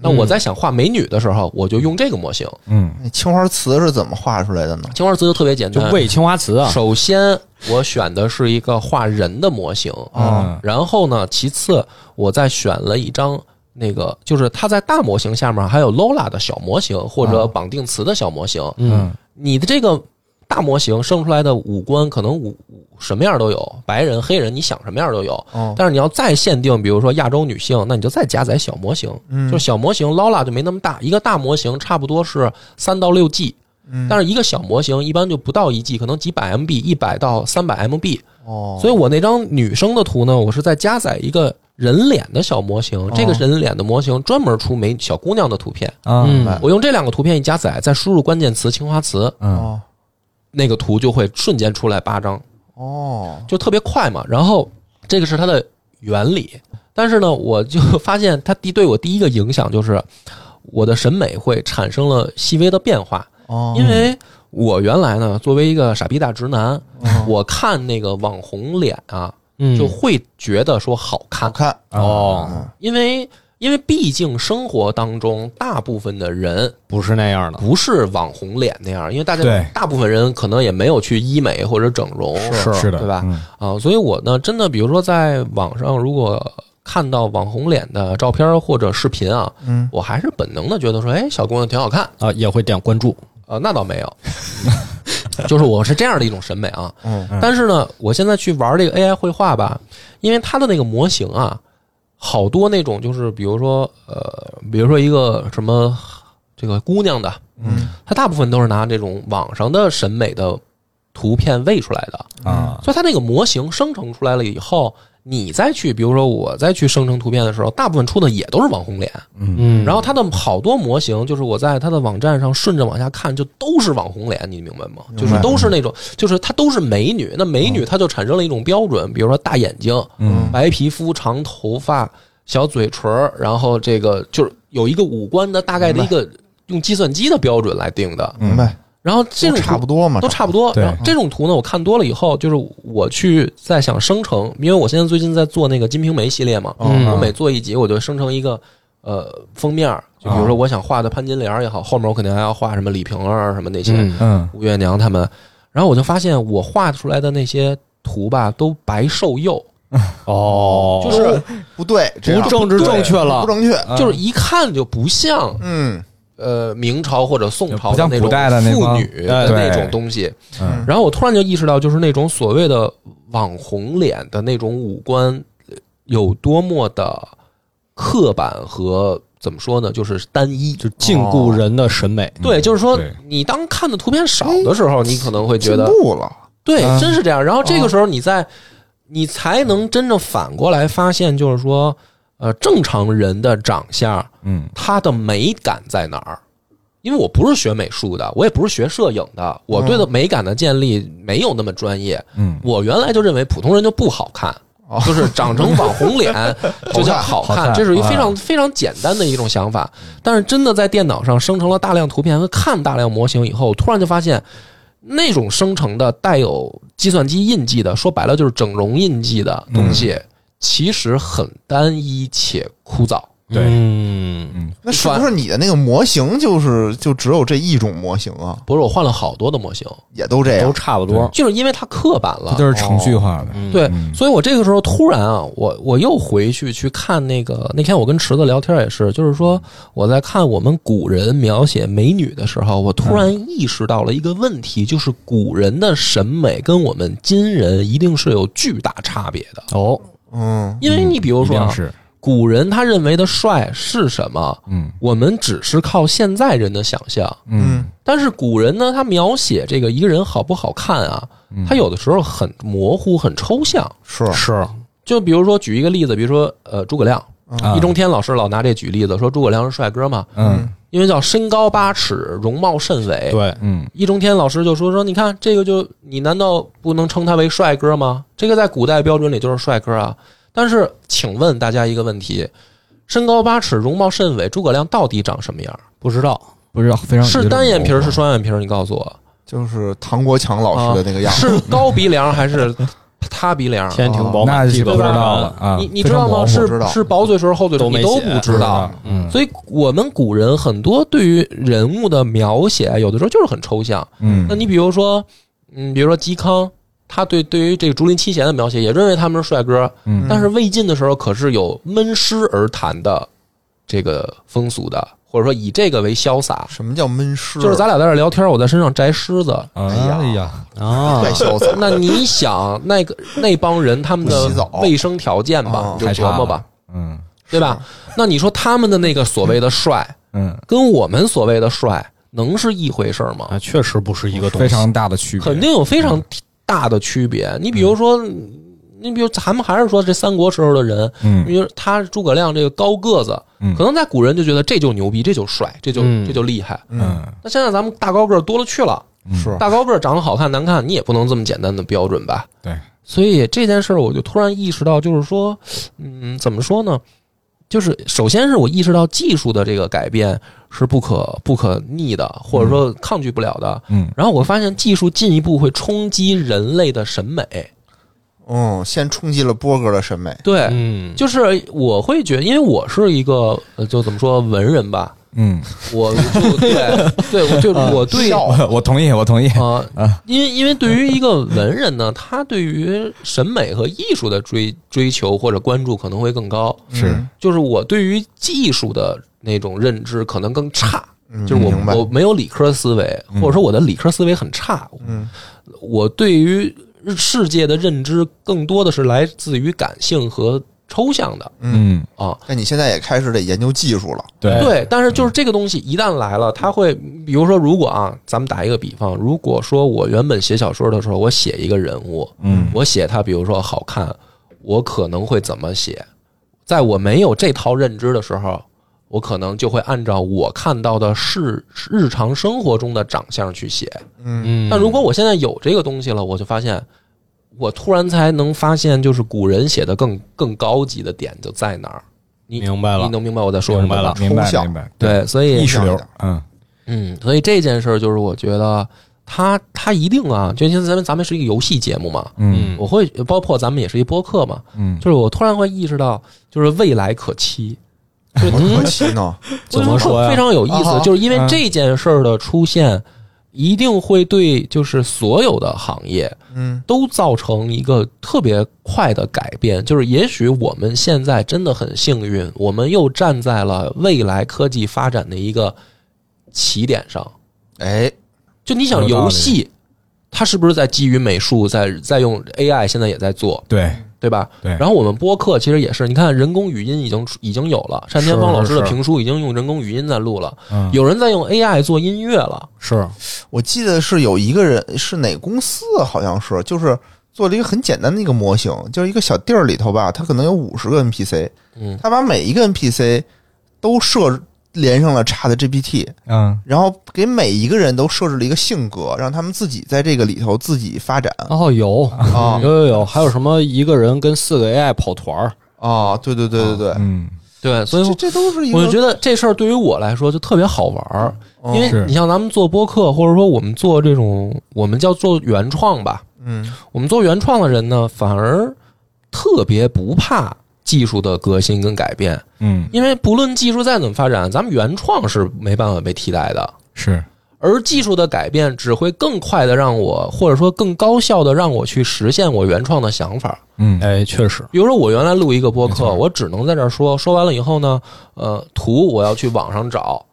那嗯我在想画美女的时候，我就用这个模型。嗯那青花瓷是怎么画出来的呢？青花瓷就特别简就单，喂青花瓷啊，首先我选的是一个画人的模型，啊然后呢，其次我再选了一张。那个就是它在大模型下面还有 Lola 的小模型或啊者绑定词的小模型，嗯，你的这个大模型生出来的五官可能五五什么样都有，白人、黑人，你想什么样都有。哦，但是你要再限定，比如说亚洲女性，那你就再加载小模型，嗯就小模型 Lola 就没那么大，一个大模型差不多是三到六 G，嗯但是一个小模型一般就不到一 G，可能几百 MB，一百到三百 MB。哦，所以我那张女生的图呢，我是在加载一个人脸的小模哦型，这个人脸的模型专门出美小姑娘的图片，啊嗯我用这两个图片一加载，再输入关键词青花瓷，嗯哦那个图就会瞬间出来八张。哦，就特别快嘛。然后这个是它的原理，但是呢，我就发现它第对我第一个影响就是我的审美会产生了细微的变化，哦因为我原来呢作为一个傻逼大直男，哦我看那个网红脸啊，嗯就会觉得说好好看，看，哦因为。因为毕竟生活当中，大部分的人不是那样的，不是网红脸那样，因为大家对大部分人可能也没有去医美或者整容，是的，对吧？嗯啊，所以我呢，真的比如说在网上，如果看到网红脸的照片或者视频啊，嗯我还是本能的觉得说，哎，小姑娘挺好看。啊，也会点关注，呃，那倒没有， [laughs] 就是我是这样的一种审美啊。嗯但是呢，我现在去玩这个 AI 绘画吧，因为它的那个模型啊，好多那种就是比如说呃，比如说一个什么这个姑娘的，嗯它大部分都是拿这种网上的审美的图片喂出来的，啊，所以它那个模型生成出来了以后，你再去，比如说我再去生成图片的时候，大部分出的也都是网红脸，嗯然后它的好多模型，就是我在它的网站上顺着往下看，就都是网红脸，你明白吗？明白嗯就是都是那种，就是它都是美女，那美女它就产生了一种标准，比如说大眼睛、嗯白皮肤、长头发、小嘴唇儿，然后这个就是有一个五官的大概的一个用计算机的标准来定的，嗯明白，然后这都种差图不多嘛，都差不多。对然后这种图呢，我看多了以后，就是我去在想生成，因为我现在最近在做那个《金瓶梅》系列嘛，嗯我每做一集，我就生成一个呃封面儿，就比如啊说我想画的潘金莲儿也好，后面我肯定还要画什么李瓶儿啊什么那些、嗯嗯吴月娘他们，然后我就发现我画出来的那些图吧，都白瘦幼，哦，就是不对，这样不政治正确不了，正确，嗯就是一看就不像嗯呃明朝或者宋朝不像那古种代的那妇帮女的对那种东西，嗯然后我突然就意识到，就是那种所谓的网红脸的那种五官呃有多么的刻板和怎么说呢，就是单一。哦就禁锢人的审美。对，就是说对，你当看的图片少的时候，你可能会觉进得步了，对嗯，真是这样。然后这个时候，你再你才能真正反过来发现，就是说，呃，正常人的长相，嗯它的美感在哪儿？因为我不是学美术的，我也不是学摄影的，我对的美感的建立没有那么专业。嗯，我原来就认为普通人就不好看哦，就是长成网红脸就叫好好看看，这是一个非好常非常简单的一种想法。但是真的在电脑上生成了大量图片和看大量模型以后，突然就发现那种生成的带有计算机印记的，说白了就是整容印记的东西，其实很单一且枯燥。对嗯那是不是你的那个模型就是就只有这一种模型啊？不是我换了好多的模型，也都这都样，差不多。就是因为它刻板它了，就是程序化的，嗯哦对，嗯所以我这个时候突然啊，我我又回去去看那个那天我跟池子聊天也是，就是说我在看我们古人描写美女的时候，我突然意识到了一个问题，就是古人的审美跟我们今人一定是有巨大差别的。哦，嗯，因为你比如一说定啊，是古人他认为的帅是什么，嗯我们只是靠现在人的想象。嗯但是古人呢，他描写这个一个人好不好看啊，嗯他有的时候很模糊、很抽象。是是就比如说举一个例子，比如说呃诸葛亮，啊易中天老师老拿这举例子，说诸葛亮是帅哥嘛，嗯因为叫身高八尺，容貌甚伟。，对，嗯易中天老师就说说，你看这个就你难道不能称他为帅哥吗？这个在古代标准里就是帅哥啊。但是，请问大家一个问题：身高八尺，容貌甚伟，诸葛亮到底长什么样？不知道不知道非常是单眼皮儿是双眼皮儿？你告诉我，啊就是唐国强老师的那个样子，是高鼻梁还是塌鼻梁？天庭宝马那地就不阁知对吧道了啊，你你非知常道模吗？糊是知道是薄嘴唇、厚嘴唇，都没你都写不知道。嗯，所以我们古人很多对于人物的描写，啊有的时候就是很抽象。嗯那你比如说，嗯，比如说嵇康，他对对于这个竹林七贤的描写，也认为他们是帅哥，嗯但是魏晋的时候可是有闷诗而谈的这个风俗的，或者说以这个为潇洒。什么叫闷尸？就是咱俩在这儿聊天，我在身上摘狮子。哎呀，啊太，潇洒，那你想，那个那帮人他们不洗的澡卫生条件吧，啊你就琢磨吧，嗯对吧？那你说他们的那个所谓的帅，嗯，跟我们所谓的帅能是一回事儿吗？啊，确实不是一个东非西，常大的哎区别，嗯肯定有非常大的区别。你比如说，你比如咱们还是说这三国时候的人，嗯比如他诸葛亮这个高个子，嗯可能在古人就觉得这就牛逼，这就帅，这就嗯这就厉害。嗯那现在咱们大高个儿多了去了，是大高个儿长得好看难看，你也不能这么简单的标准吧？对，所以这件事儿，我就突然意识到，就是说，嗯，怎么说呢？就是首先是我意识到技术的这个改变是不可不可逆的，或者说抗拒不了的。嗯然后我发现技术进一步会冲击人类的审美，嗯，先冲击了波哥的审美，对，嗯，就是我会觉得，因为我是一个呃就怎么说文人吧，嗯，我就对对，我就我对笑我我同意，我同意， [laughs] 啊，因为因为对于一个文人呢，他对于审美和艺术的追追求或者关注可能会更高，嗯是就是我对于技术的那种认知可能更差，嗯就是我明白我没有理科思维，嗯或者说我的理科思维很差，嗯我对于世界的认知更多的是来自于感性和抽象的嗯，嗯，啊。那你现在也开始得研究技术了，对对，但是就是这个东西一旦来了，它会，比如说，如果啊，咱们打一个比方，如果说我原本写小说的时候，我写一个人物，嗯我写他，比如说好看，我可能会怎么写？在我没有这套认知的时候，我可能就会按照我看到的是日常生活中的长相去写。嗯，嗯但如果我现在有这个东西了，我就发现，我突然才能发现，就是古人写的更更高级的点就在哪儿。你明白了你能明白我在说什么明白吧了明白抽象明白，对，所以意识流，嗯嗯，所以这件事儿就是我觉得他他一定啊，就像咱们咱们是一个游戏节目嘛，嗯我会包括咱们也是一播客嘛，嗯就是我突然会意识到，就是未来可 [laughs] 期，嗯怎么可期呢？嗯怎么说呀非常有意啊思哈，就是因为嗯这件事儿的出现，一定会对就是所有的行业嗯都造成一个特别快的改变。就是也许我们现在真的很幸运，我们又站在了未来科技发展的一个起点上。哎，就你想有道理游戏，它是不是在基于美术，在在用 AI，现在也在做，对对吧？对，然后我们播客其实也是，你看人工语音已经出已经有了，单田芳老师的评书已经用人工语音在录了，嗯有人在用 AI 做音乐了。是我记得是有一个人是哪公司，啊好像是就是做了一个很简单的一个模型，就是一个小地儿里头吧，它可能有五十个 NPC，嗯，他把每一个 NPC 都设连上了 Chat GPT，嗯然后给每一个人都设置了一个性格，让他们自己在这个里头自己发展哦，有啊有有有，还有什么一个人跟四个 AI 跑团儿，啊！对对对对对，嗯对，所以这我这都是一个我就觉得这事儿对于我来说就特别好玩儿，嗯因哦是为你像咱们做播客，或者说我们做这种我们叫做原创吧，嗯我们做原创的人呢，反而特别不怕技术的革新跟改变，嗯因为不论技术再怎么发展，咱们原创是没办法被替代的。是而技术的改变只会更快的让我，或者说更高效的让我去实现我原创的想法。嗯哎，确实，比如说，我原来录一个播没错客，我只能在这儿说，说完了以后呢，呃，图我要去网上找，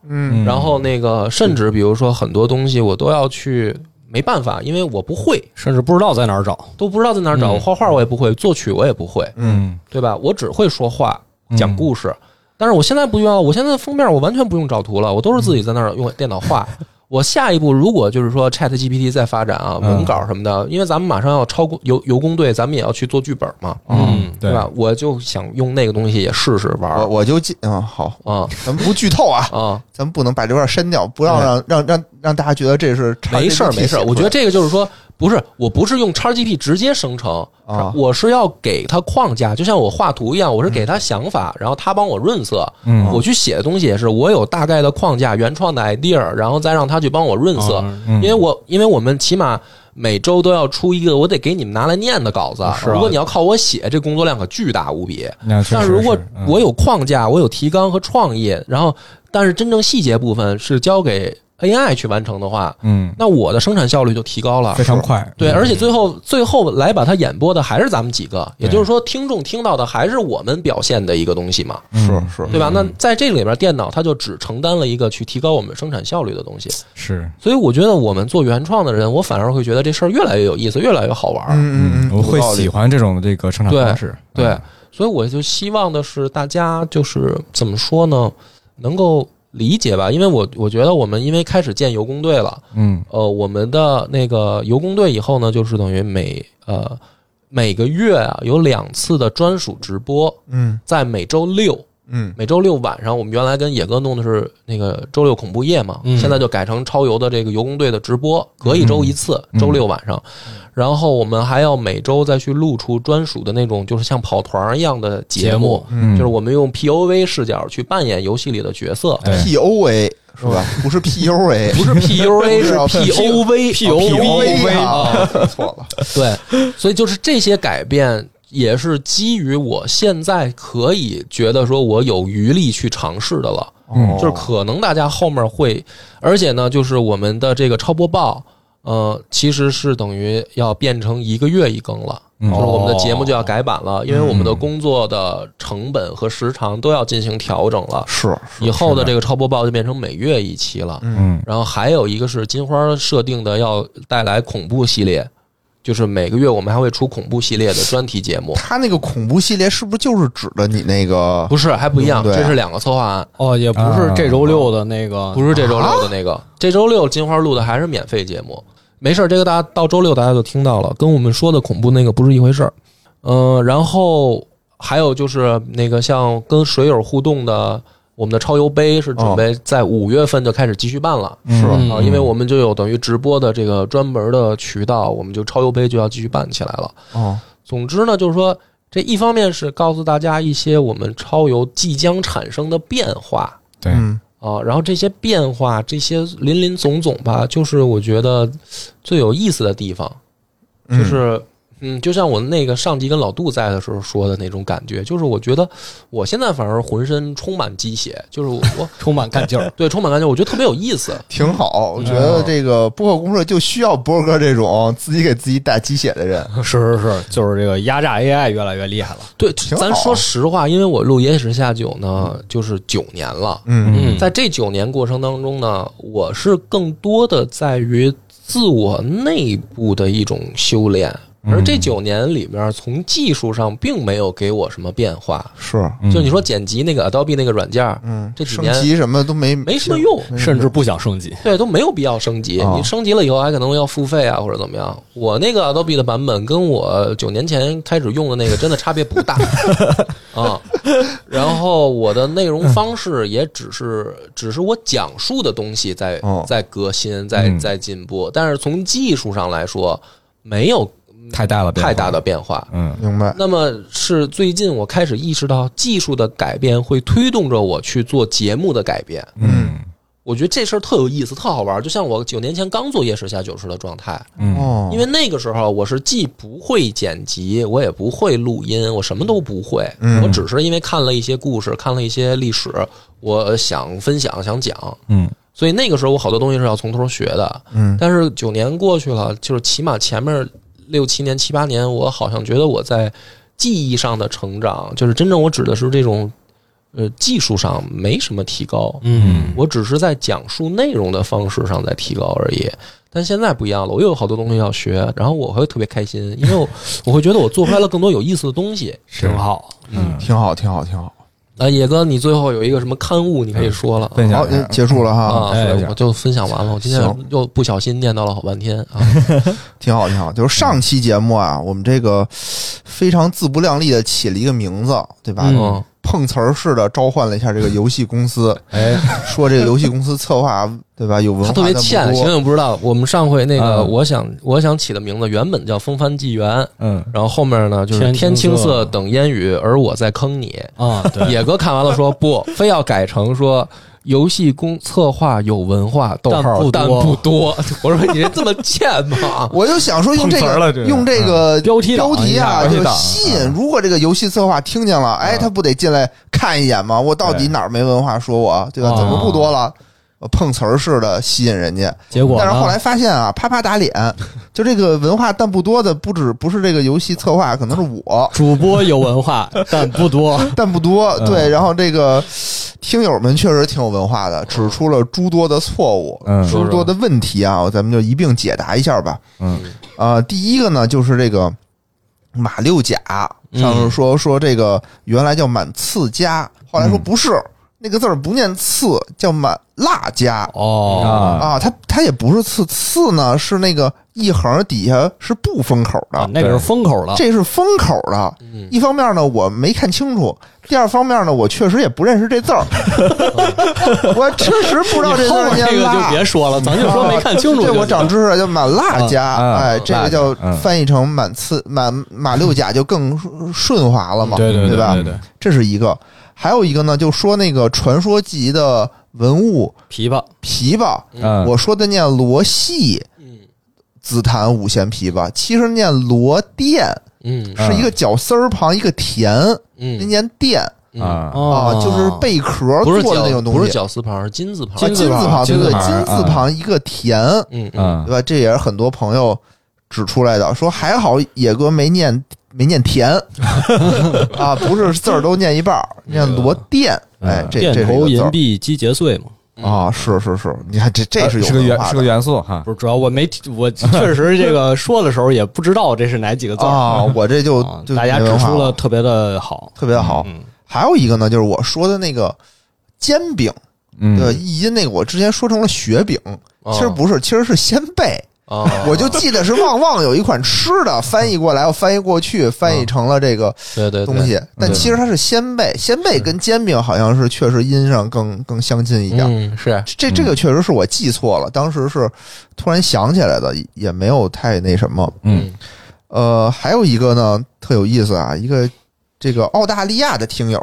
嗯嗯然后那个甚至比如说很多东西我都要去，没办法，因为我不会，甚至不知道在哪儿找。都不知道在哪儿找，嗯画画我也不会，作曲我也不会，嗯，对吧？我只会说话，嗯讲故事。但是我现在不一样了，我现在封面我完全不用找图了，我都是嗯自己在那儿用电脑 [laughs] 画。我下一步如果就是说 Chat GPT 再发展啊，嗯文稿什么的，因为咱们马上要超过游游工队，咱们也要去做剧本嘛，嗯对吧？我就想用那个东西也试试玩我儿我就进啊、好，啊咱们不剧透啊，啊，咱们不能把这段删掉，不要让让让让大家觉得这是插没事儿 GPT 没事儿。写出来我觉得这个就是说，不是我不是用 XGP 直接生成，啊我是要给它框架，就像我画图一样，我是给它想法，然后它帮我润色，嗯我去写的东西也是我有大概的框架、原创的 idea，然后再让他去帮我润色，嗯嗯因为我因为我们起码每周都要出一个，我得给你们拿来念的稿子。是啊如果你要靠我写，这工作量可巨大无比。那啊确但实如果是嗯我有框架，我有提纲和创意，然后但是真正细节部分是交给 AI 去完成的话，嗯那我的生产效率就提高了非。常快，对，嗯而且最后最后来把它演播的还是咱们几个，也对就是说，听众听到的还是我们表现的一个东西嘛。嗯是是，对吧？那在这里边，电脑它就只承担了一个去提高我们生产效率的东西，是所以我觉得我们做原创的人，我反而会觉得这事儿越来越有意思，越来越好玩儿。嗯嗯嗯，我会有道理喜欢这种这个生产对方式，对嗯，所以我就希望的是大家就是怎么说呢，能够理解吧？因为我我觉得我们因为开始建游工队了，嗯呃，我们的那个游工队以后呢，就是等于每呃每个月啊有两次的专属直播，嗯在每周六嗯每周六晚上，我们原来跟野哥弄的是那个周六恐怖夜嘛，嗯现在就改成超游的这个游工队的直播，隔一周一次，嗯周六晚上。然后我们还要每周再去录出专属的那种，就是像跑团儿一样的节节目嗯，就是我们用 POV 视角去扮演游戏里的角色，对，P O A 是吧？不是 P U [laughs] A，不是 PUA 是 [laughs] 不是啊 POV POV 啊，啊，说错了，对，所以就是这些改变。也是基于我现在可以觉得说我有余力去尝试的了，哦嗯就是可能大家后面会，而且呢，就是我们的这个超播报，呃，其实是等于要变成一个月一更了，嗯哦就是我们的节目就要改版了，因为我们的工作的成本和时长都要进行调整了，是以后的这个超播报就变成每月一期了。嗯然后还有一个是金花设定的要带来恐怖系列，就是每个月我们还会出恐怖系列的专题节目，他那个恐怖系列是不是就是指的你那个？不是还不一样，对啊这是两个策划案，哦，也不是这周六的那个，不是这周六的那个，这周六金花录的还是免费节目，啊没事儿，这个大家到周六大家就听到了，跟我们说的恐怖那个不是一回事儿。嗯、然后还有就是那个像跟水友互动的，我们的超游杯是准备在五月份就开始继续办了。是吧嗯啊，因为我们就有等于直播的这个专门的渠道，我们就超游杯就要继续办起来了。哦，总之呢，就是说，这一方面是告诉大家一些我们超游即将产生的变化对嗯，啊，然后这些变化，这些林林总总吧，就是我觉得最有意思的地方，嗯就是。嗯，就像我那个上集跟老杜在的时候说的那种感觉，就是我觉得我现在反而浑身充满鸡血，就是我我。充满 [laughs] 干劲儿对充满感觉，我觉得特别有意思。挺嗯好。我觉得这个播客公社就需要波哥这种自己给自己打鸡血的人。 [laughs] 是是是，就是这个压榨 AI 越来越厉害了。对，挺好啊咱说实话，因为我录《野史下酒》呢，就是九年了。嗯嗯在这九年过程当中呢，我是更多的在于自我内部的一种修炼，嗯而这九年里面，从技术上并没有给我什么变化。是，嗯就你说剪辑那个 Adobe 那个软件儿，嗯，这几升年级什么都没没什么用，嗯甚至不想升级，对，都没有必要升级。哦啊你升级了以后还可能要付费啊，或者怎么样。我那个 Adobe 的版本跟我九年前开始用的那个真的差 [laughs] 别不大啊、然后我的内容方式也只是只是我讲述的东西在哦在革新，在嗯在进步，但是从技术上来说没有太大了，变化太大的变化。嗯明白。那么是最近我开始意识到技术的改变会推动着我去做节目的改变。嗯我觉得这事儿特有意思，特好玩儿，就像我九年前刚做夜市下酒时的状态，嗯哦，因为那个时候我是既不会剪辑，我也不会录音，我什么都不会，嗯我只是因为看了一些故事，看了一些历史，我想分享，想讲，嗯所以那个时候我好多东西是要从头学的。嗯但是九年过去了，就是起码前面六七年、七八年，我好像觉得我在技艺上的成长，就是真正我指的是这种，呃，技术上没什么提高，嗯我只是在讲述内容的方式上在提高而已。但现在不一样了，我又有好多东西要学，然后我会特别开心，因为我我会觉得我做出来了更多有意思的东西。是挺好。嗯，挺好，挺好，挺好。啊，野哥，你最后有一个什么刊物，你可以说了啊分享好嗯呃一下，，结束了哈，啊？哎对行我就分享完了，我今行天又不小心念叨了好半天啊。挺好，挺好。就是上期节目啊，我们这个非常自不量力的起了一个名字，对吧？嗯，碰瓷儿似的召唤了一下这个游戏公司，哎，说这个游戏公司策划对吧？有文化他特别但不欠，多？行，我不知道。我们上回那个，嗯我想我想起的名字原本叫《风帆纪元》，嗯然后后面呢就是“天天青青色色等烟雨”，而我在坑你。啊， [laughs] 对，野哥看完了说不，非要改成说游戏公策划有文化，逗但号不但多不多。我说你人这么贱吗 [laughs] 我就想说用这碰瓷儿了个这个用这个标题党标题啊，一下标题就是党吸引嗯。如果这个游戏策划听见了，哎，他不得进来看一眼吗？我到底对哪儿没文化？说我对吧？啊怎么不多了？我碰瓷儿似的吸引人家，结果但是呢后来发现啊，啪 [laughs] 啪打脸，就这个文化但不多的，不止不是这个游戏策划，可能是 [laughs] 我，主播有文化， [laughs] 但不多。但不多。嗯对，然后这个听友们确实挺有文化的，指出了诸多的错误、嗯诸多的问题啊，咱们就一并解答一下吧。嗯，啊，第一个呢就是这个马六甲，嗯上次说说这个原来叫满刺家，后来说嗯不是，那个字儿不念刺，叫满辣家。哦，啊，啊，它它也不是刺，刺呢是那个一横底下是不封口的，啊那个是封口了。这是封口的。嗯一方面呢，我没看清楚；第二方面呢，我确实也不认识这字 [laughs] 儿，我确实不知道这字后儿面念这个就辣。别说了，咱就说没看清楚这就行。我长知识了，叫满辣家，嗯嗯哎，这个叫嗯翻译成满刺满马六甲就更顺顺滑了嘛，对对对吧？对，嗯这是一个，还有一个呢，就说那个传说级的文物琵琶琵琶，嗯，我说的念罗系嗯紫檀五弦琵琶，其实念罗甸，嗯是一个绞丝儿旁一个田，人嗯念甸。啊，啊，啊，就是贝壳不是做的那种绞东不是西，绞丝旁，是哦金字啊旁。金字旁旁，对金对，字对旁金字啊旁一个田，嗯嗯嗯对吧？这也是很多朋友指出来的，说还好野哥没念没念田 [laughs] 啊，不是字儿都念一半儿，念罗甸，嗯哎，这钿这是一个头字银儿币击节碎嘛。啊，是是是，你看这这是有啊是个文元化是的个元素哈不。是，主要我没我确实这个说的时候也不知道这是哪几个字儿啊，我这就啊就大家没指文化出了特别的好，特别好。嗯，还有一个呢，就是我说的那个煎饼嗯，的译音，那个我之前说成了雪饼，啊哦其实不是，其实是鲜贝。啊，我就记得是旺旺有一款吃的，翻译过来又翻译过去，翻嗯译成了这个对对对东西，但其实它是鲜贝，鲜贝跟煎饼好像是确实音上更更相近一点。嗯是这这个确实是我记错了，当时是突然想起来的，也没有太那什么。嗯呃，还有一个呢，特有意思啊，一个这个澳大利亚的听友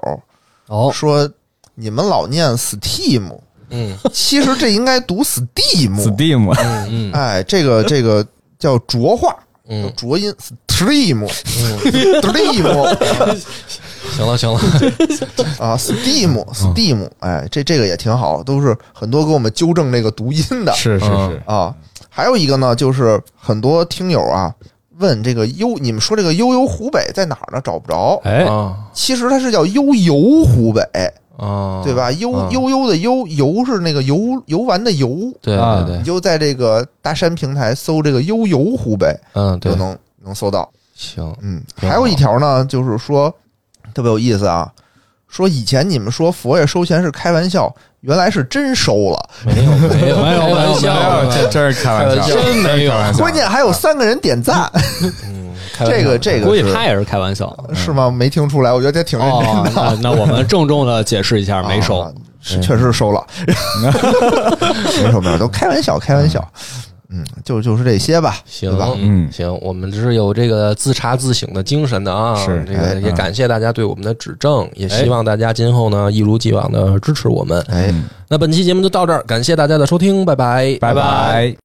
哦，说，你们老念 Steam，嗯其实这应该 [laughs] 读 Steam。 ，Steam 嗯哎，这个这个叫浊化，叫 [laughs] 嗯浊音 Steam，Steam 嗯，行了行了，啊，Steam，Steam，哎，这这个也挺好，都是很多给我们纠正这个读音的。是是是，啊。还有一个呢，就是很多听友啊问这个悠，你们说这个悠悠湖北在哪儿呢？找不着，哎，啊其实它是叫悠游湖北，啊，对？吧？悠嗯悠悠的悠，游是那个游游玩的游，对对对你，就在这个大山平台搜这个悠游湖北，嗯对就，能能搜到。行，嗯，挺好还有一条呢，就是说特别有意思啊。说以前你们说佛爷收钱是开玩笑，原来是真收了，没有没有没开有玩没笑哎有这真是开玩笑，真没有开玩笑关键还有三个人点赞，嗯，开玩笑这个这个估计是他也是开玩笑。是吗？没听出来，我觉得这挺认 [laughs] 真哦的。，那那我们郑重的解释一下，没啊收。是确实是收了，没收没收，都开玩笑，开玩笑。嗯，就就是这些吧，行对吧？嗯行，我们这是有这个自查自省的精神的啊，是这个哎也嗯感谢大家对我们的指正，也哎希望大家今后呢一如既往的支持我们。哎，那本期节目就到这儿，感谢大家的收听，拜拜，拜拜。